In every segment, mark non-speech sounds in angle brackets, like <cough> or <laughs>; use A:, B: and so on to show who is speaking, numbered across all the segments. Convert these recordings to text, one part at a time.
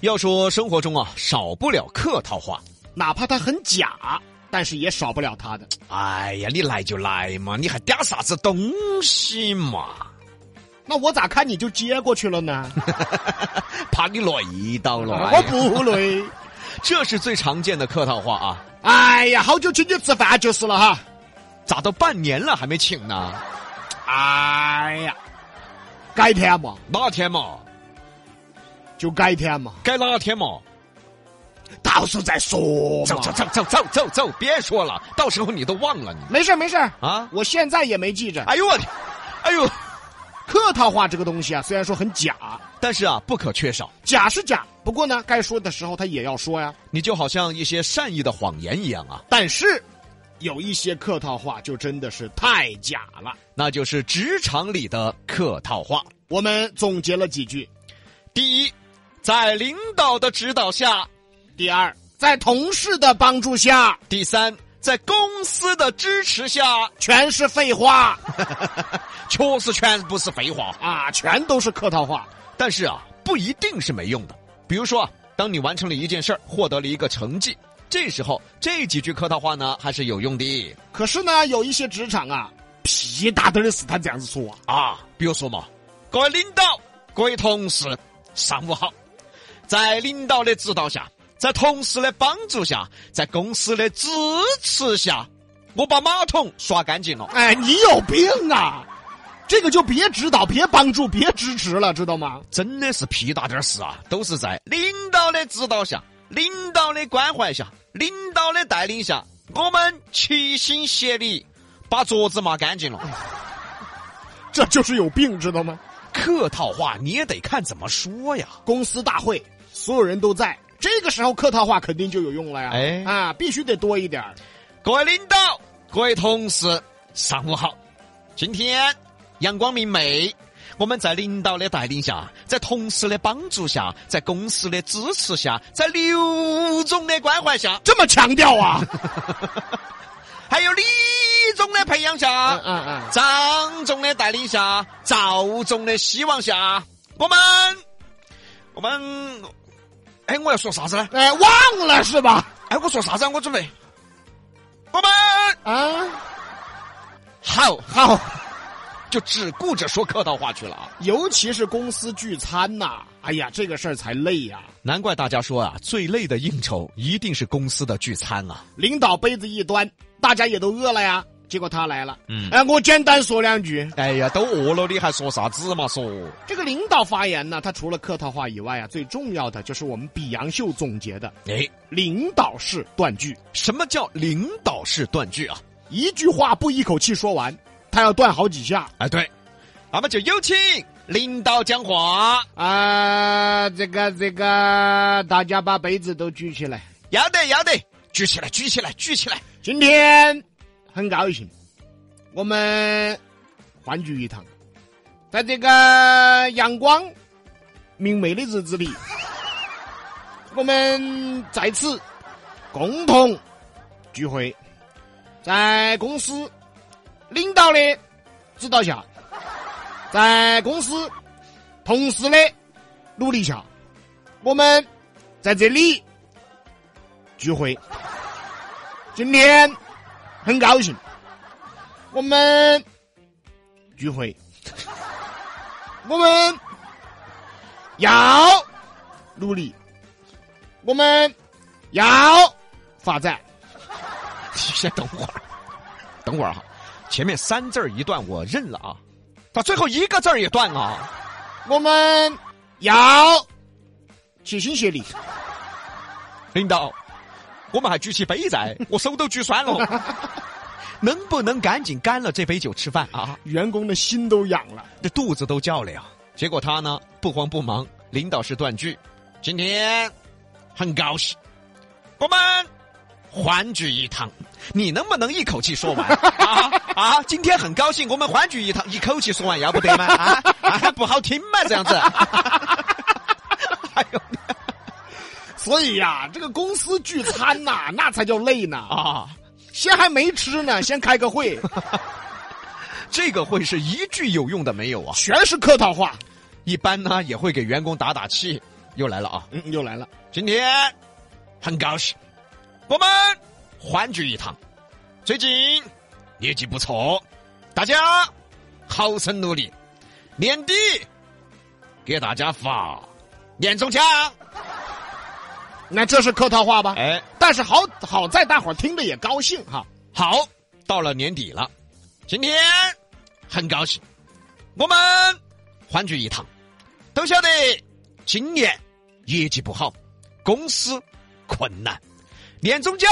A: 要说生活中啊，少不了客套话。
B: 哪怕他很假，但是也少不了他的。
A: 哎呀，你来就来嘛，你还嗲啥子东西嘛？
B: 那我咋看你就接过去了呢？
A: 怕你累到了。 <laughs> 哎
B: 嗯
A: 呀
B: 我不累。
A: 哎这是最常见的客套话啊，
B: 哎呀，好久请你吃饭就是了哈。
A: 咋都半年了还没请呢？
B: 哎呀，改天嘛，
A: 哪天嘛？
B: 就改天嘛，
A: 该哪天嘛？
B: 到时候再说
A: 走走
B: 嘛。
A: 走走走走走，别说了，到时候你都忘了你
B: 没事儿没事儿，
A: 啊！
B: 我现在也没记着。
A: 哎呦我的，哎呦！
B: 客套话这个东西啊，虽然说很假，
A: 但是啊，不可缺少。
B: 假是假，不过呢，该说的时候他也要说呀。
A: 你就好像一些善意的谎言一样啊，
B: 但是，有一些客套话就真的是太假了。
A: 那就是职场里的客套话。
B: 我们总结了几句：
A: 第一，在领导的指导下；
B: 第二，在同事的帮助下，
A: 第三，在公司的支持下，
B: 全是废话 <laughs>
A: 确实全不是废话。
B: 啊，全都是客套话。
A: 但是啊，不一定是没用的。比如说啊，当你完成了一件事儿，获得了一个成绩，这时候这几句客套话呢，还是有用的
B: 可是呢，有一些职场啊，屁大点儿的事他这样子说、啊，
A: 啊。比如说嘛，各位领导、各位同事，上午好。在领导的指导下，在同事的帮助下，在公司的支持下，我把马桶刷干净了。
B: 哎，你有病啊！这个就别指导、别帮助、别支持了，知道吗？
A: 真的是屁大点儿事啊，都是在领导的指导下、领导的关怀下、领导的带领下，我们齐心协力把桌子抹干净了。
B: 这就是有病，知道吗？
A: 客套话你也得看怎么说呀。
B: 公司大会，所有人都在，这个时候客套话肯定就有用了呀。
A: 哎
B: 啊，必须得多一点儿。
A: 各位领导、各位同事，上午好。今天阳光明媚，我们在领导的带领下，在同事的帮助下，在公司的支持下，在刘总的关怀下，
B: 这么强调啊？
A: 还有李总的培养下。
B: 嗯嗯，
A: 张总的带领下，赵总的希望下，我们，我们，哎，我要说啥子呢？
B: 哎，忘了是吧？
A: 哎，我说啥子啊？我准备，我们
B: 啊，
A: 好，
B: 好，
A: 就只顾着说客套话去了啊！
B: 尤其是公司聚餐呐、哎呀，这个事儿才累呀、
A: 难怪大家说啊，最累的应酬一定是公司的聚餐啊！
B: 领导杯子一端，大家也都饿了呀。结果他来了，
A: 嗯
B: 哎，我简单说两句。
A: 哎呀，都饿了，你还说啥子嘛说？
B: 这个领导发言呢，他除了客套话以外啊，最重要的就是我们比杨秀总结的
A: 哎，
B: 领导式断句，
A: 什么叫领导式断句啊？
B: 一句话不一口气说完，他要断好几下。
A: 哎，对，那么就有请领导讲话。
B: 啊、这个这个，大家把杯子都举起来。
A: 要得要得，举起来举起来举起来！
B: 今天很高兴，我们欢聚一堂，在这个阳光明媚的日子里，我们在此共同聚会，在公司领导的指导下，在公司同事的努力下，我们在这里聚会。今天很高兴，我们聚会，我们要努力，我们要发展。
A: 你先等会儿，等会儿哈，前面三字儿一段我认了啊，到最后一个字儿也断啊。
B: 我们要齐心协力。
A: 领导，我们还举起杯在，我手都举酸了。能不能赶紧干了这杯酒吃饭啊？
B: 员工的心都痒了。
A: 这肚子都叫了呀。结果他呢不慌不忙，领导是断句。今天很高兴，我们欢聚一堂。你能不能一口气说完啊啊？今天很高兴，我们欢聚一堂，一口气说完要不得吗？啊啊，不好听嘛，这样子。 <laughs> 哎呦
B: 所以呀、这个公司聚餐呐、 <laughs> 那才叫累呢。
A: 啊！
B: 先还没吃呢，先开个会，
A: 这个会是一句有用的没有啊？
B: 全是客套话。
A: 一般呢也会给员工打打气，又来了啊！
B: 嗯，又来了，
A: 今天很高兴，我们欢聚一堂。最近业绩不错，大家好生努力，年底给大家发年终奖。
B: 那这是客套话吧？
A: 哎，
B: 但是好好在大伙儿听着也高兴哈。
A: 好，到了年底了，今天很高兴，我们欢聚一堂。都晓得今年业绩不好，公司困难，年终奖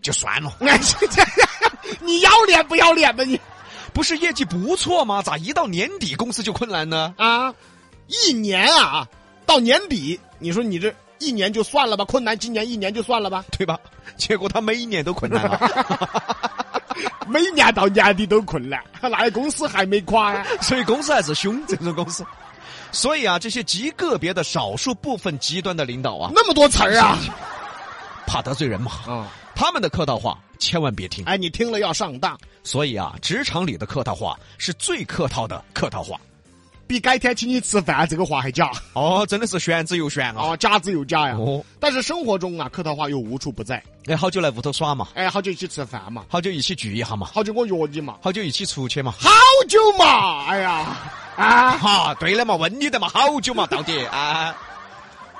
A: 就算了。
B: 哎，这这， <laughs> 你要脸不要脸吧你？
A: 不是业绩不错吗？咋一到年底公司就困难呢？ <laughs>
B: 啊，一年啊，到年底，你说你这一年就算了吧，困难今年一年就算了吧，
A: 对吧？结果他每一年都困难了，
B: <laughs> 每年到年底都困难， <laughs> 哪个公司还没垮呀、
A: 所以公司还是凶这种公司。所以啊，这些极个别的少数部分极端的领导啊，
B: <laughs> 那么多词儿啊！
A: 怕得罪人嘛，
B: <laughs> 啊，
A: 他们的客套话千万别听。
B: 哎，你听了要上当，
A: 所以啊，职场里的客套话是最客套的客套话。
B: 比改天请你吃饭这个话还假
A: 哦，真的是玄之又玄啊！
B: 啊，假之又假呀。
A: 哦，
B: 但是生活中啊，客套话又无处不在。
A: 哎，好久来屋头耍嘛，
B: 哎，好久一起吃饭嘛，
A: 好久一起聚一下嘛，
B: 好久我约你嘛，
A: 好久一起出去嘛。
B: 好久嘛，哎呀，啊，
A: 哈、对了嘛，问你的嘛，好久嘛，到底啊？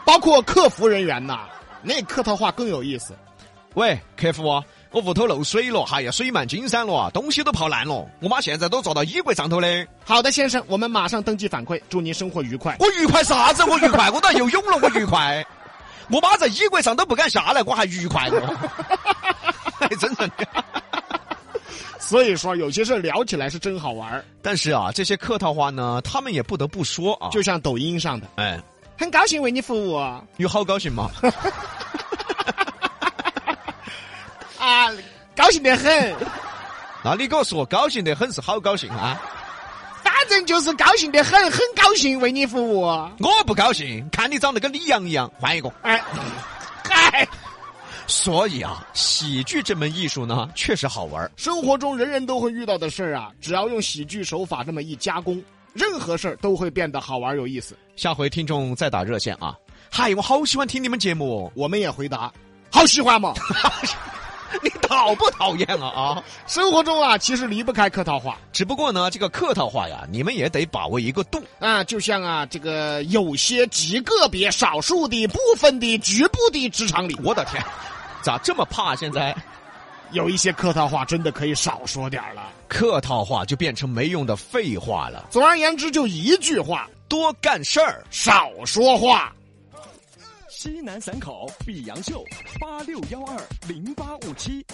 B: 包括客服人员呐，那客套话更有意思。
A: 喂，客服啊，我屋头漏水了，哎呀，水漫金山了啊，东西都泡烂了，我妈现在都坐到衣柜上头的。
B: 好的，先生，我们马上登记反馈，祝您生活愉快。
A: 我愉快啥子？我愉快，我都游泳了，我愉快。 <laughs> 我妈在衣柜上都不敢下来，我还愉快了。哎， <laughs> 真人。
B: 所以说，有些事聊起来是真好玩儿，
A: 但是啊，这些客套话呢，他们也不得不说啊，
B: 就像抖音上的，
A: 哎，
B: 很高兴为你服务啊，
A: 有好高兴
B: <laughs>
A: 嘛。
B: 啊高兴得很，
A: 那你给我说，高兴得很是好高兴啊？
B: 反正就是高兴得很，很高兴为你服务啊。
A: 我不高兴，看你长得跟李阳一样，换一个。
B: 哎，嗨，
A: 所以啊，喜剧这门艺术呢，确实好玩儿。
B: 生活中人人都会遇到的事儿啊，只要用喜剧手法这么一加工，任何事儿都会变得好玩有意思。
A: 下回听众再打热线啊！嗨，我好喜欢听你们节目 <laughs> 哦，
B: 我们也回答，好喜欢嘛。
A: 你讨不讨厌啊啊？
B: 生活中啊，其实离不开客套话
A: 只不过呢，这个客套话呀，你们也得把握一个度。
B: 啊，就像啊，这个有些极个别、少数的、部分的、局部的职场里，
A: 我的天，咋这么怕？现在
B: 有一些客套话真的可以少说点儿了。
A: 客套话就变成没用的废话了，
B: 总而言之，就一句话，
A: 多干事儿。
B: 少说话。
C: 西南散口碧阳秀，八六幺二零八五七，